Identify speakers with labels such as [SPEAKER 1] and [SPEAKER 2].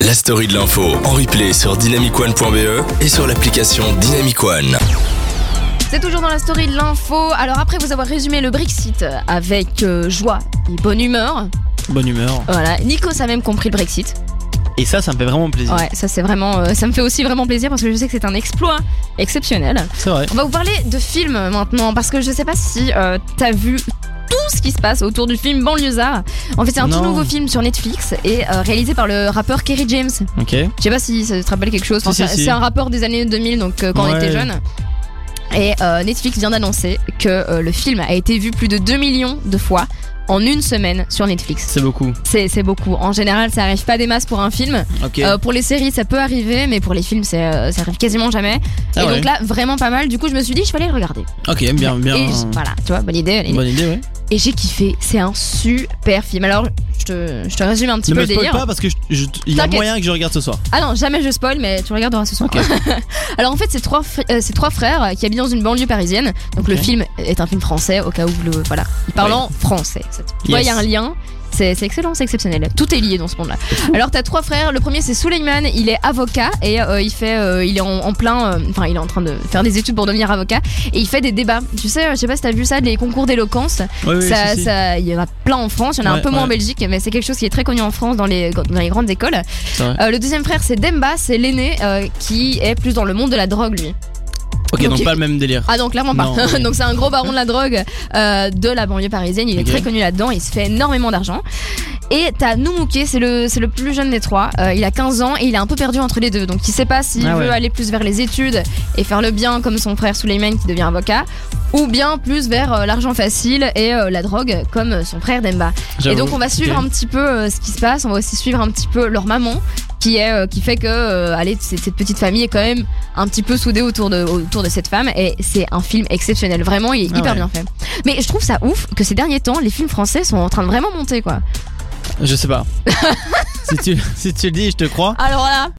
[SPEAKER 1] la story de l'info en replay sur dynamicone.be E et sur l'application Dynamicone.
[SPEAKER 2] C'est toujours dans la story de l'info. Alors après vous avoir résumé le Brexit avec euh, joie et bonne humeur,
[SPEAKER 3] Bonne humeur.
[SPEAKER 2] voilà, Nikos a même compris le Brexit.
[SPEAKER 3] Et ça, ça me fait vraiment plaisir.
[SPEAKER 2] Ouais, ça c'est vraiment, euh, ça me fait aussi vraiment plaisir parce que je sais que c'est un exploit exceptionnel.
[SPEAKER 3] C'est vrai.
[SPEAKER 2] On va vous parler de films maintenant parce que je sais pas si euh, t'as vu tout ce qui se passe autour du film Banlieusard. En fait, c'est un tout
[SPEAKER 3] Non.
[SPEAKER 2] nouveau film sur Netflix et euh, réalisé par le rappeur Kerry James.
[SPEAKER 3] Ok.
[SPEAKER 2] Je sais pas si ça te rappelle quelque chose.
[SPEAKER 3] Si,
[SPEAKER 2] Enfin,
[SPEAKER 3] si,
[SPEAKER 2] c'est
[SPEAKER 3] si.
[SPEAKER 2] c'est un rappeur des années 2000, donc euh, quand on
[SPEAKER 3] Ouais.
[SPEAKER 2] était jeune. Et euh, Netflix vient d'annoncer que euh, le film a été vu plus de 2 millions de fois en une semaine sur Netflix.
[SPEAKER 3] C'est beaucoup.
[SPEAKER 2] C'est c'est beaucoup. En général, ça arrive pas des masses pour un film.
[SPEAKER 3] Ok.
[SPEAKER 2] Euh, pour les séries, ça peut arriver, mais pour les films, c'est, euh, ça arrive quasiment jamais.
[SPEAKER 3] Ah
[SPEAKER 2] et
[SPEAKER 3] ouais.
[SPEAKER 2] donc là, vraiment pas mal. Du coup, je me suis dit, je vais aller le regarder.
[SPEAKER 3] ok, bien, bien.
[SPEAKER 2] Et je- voilà, tu vois, bonne idée. elle est-
[SPEAKER 3] Bonne idée, ouais.
[SPEAKER 2] Et j'ai kiffé. C'est un super film. Alors, je te, je te résume un petit
[SPEAKER 3] Ne
[SPEAKER 2] peu
[SPEAKER 3] me
[SPEAKER 2] le
[SPEAKER 3] spoil
[SPEAKER 2] délire.
[SPEAKER 3] pas parce que je- je- il y a
[SPEAKER 2] T'inquiète.
[SPEAKER 3] moyen que je regarde ce soir.
[SPEAKER 2] Ah non, jamais je spoil, mais tu regarderas ce soir.
[SPEAKER 3] Ok.
[SPEAKER 2] Alors en fait, c'est trois, fr- euh, c'est trois frères qui habitent dans une banlieue parisienne. Donc le
[SPEAKER 3] Ok.
[SPEAKER 2] film est un film français, au cas où le. Voilà. Ils parlent
[SPEAKER 3] Oui.
[SPEAKER 2] en français. cette- Tu vois, il
[SPEAKER 3] Yes.
[SPEAKER 2] y a un lien. C'est c'est excellent, c'est exceptionnel. Tout est lié dans ce monde-là. Alors t'as trois frères. Le premier c'est Suleiman, il est avocat et euh, il fait, euh, il est en, en plein, euh, enfin il est en train de faire des études pour devenir avocat et il fait des débats. Tu sais, euh, je sais pas si t'as vu ça, les concours d'éloquence.
[SPEAKER 3] Ouais, ouais,
[SPEAKER 2] Ça-
[SPEAKER 3] si, si.
[SPEAKER 2] ça- il y en a plein en France, il y en a un
[SPEAKER 3] Ouais,
[SPEAKER 2] peu moins
[SPEAKER 3] ouais.
[SPEAKER 2] en Belgique, mais c'est quelque chose qui est très connu en France dans les, dans les grandes écoles.
[SPEAKER 3] C'est vrai.
[SPEAKER 2] Euh, le deuxième frère, c'est Demba, c'est l'aîné euh, qui est plus dans le monde de la drogue, lui.
[SPEAKER 3] Ok, donc,
[SPEAKER 2] donc-
[SPEAKER 3] pas le même délire.
[SPEAKER 2] Ah non, clairement pas.
[SPEAKER 3] Non, oui.
[SPEAKER 2] donc c'est un gros baron de la drogue euh, de la banlieue parisienne. Il est
[SPEAKER 3] Ok.
[SPEAKER 2] très connu là-dedans. Il se fait énormément d'argent. Et t'as Noumouké, c'est le, c'est le plus jeune des trois. Euh, il a 15 ans et il est un peu perdu entre les deux. Donc il sait pas s'il
[SPEAKER 3] Ah
[SPEAKER 2] veut
[SPEAKER 3] ouais.
[SPEAKER 2] aller plus vers les études et faire le bien comme son frère Suleiman qui devient avocat, ou bien plus vers euh, l'argent facile et euh, la drogue comme son frère Demba. Et
[SPEAKER 3] J'avoue.
[SPEAKER 2] donc on va suivre
[SPEAKER 3] Ok.
[SPEAKER 2] un petit peu euh, ce qui se passe, on va aussi suivre un petit peu leur maman qui est euh, qui fait que euh, allez c- cette petite famille est quand même un petit peu soudée autour de autour de cette femme et c'est un film exceptionnel vraiment il est
[SPEAKER 3] Ah
[SPEAKER 2] hyper
[SPEAKER 3] ouais.
[SPEAKER 2] bien fait. Mais je trouve ça ouf que ces derniers temps les films français sont en train de vraiment monter quoi.
[SPEAKER 3] Je sais pas. si, tu, si tu le dis, je te crois.
[SPEAKER 2] Alors là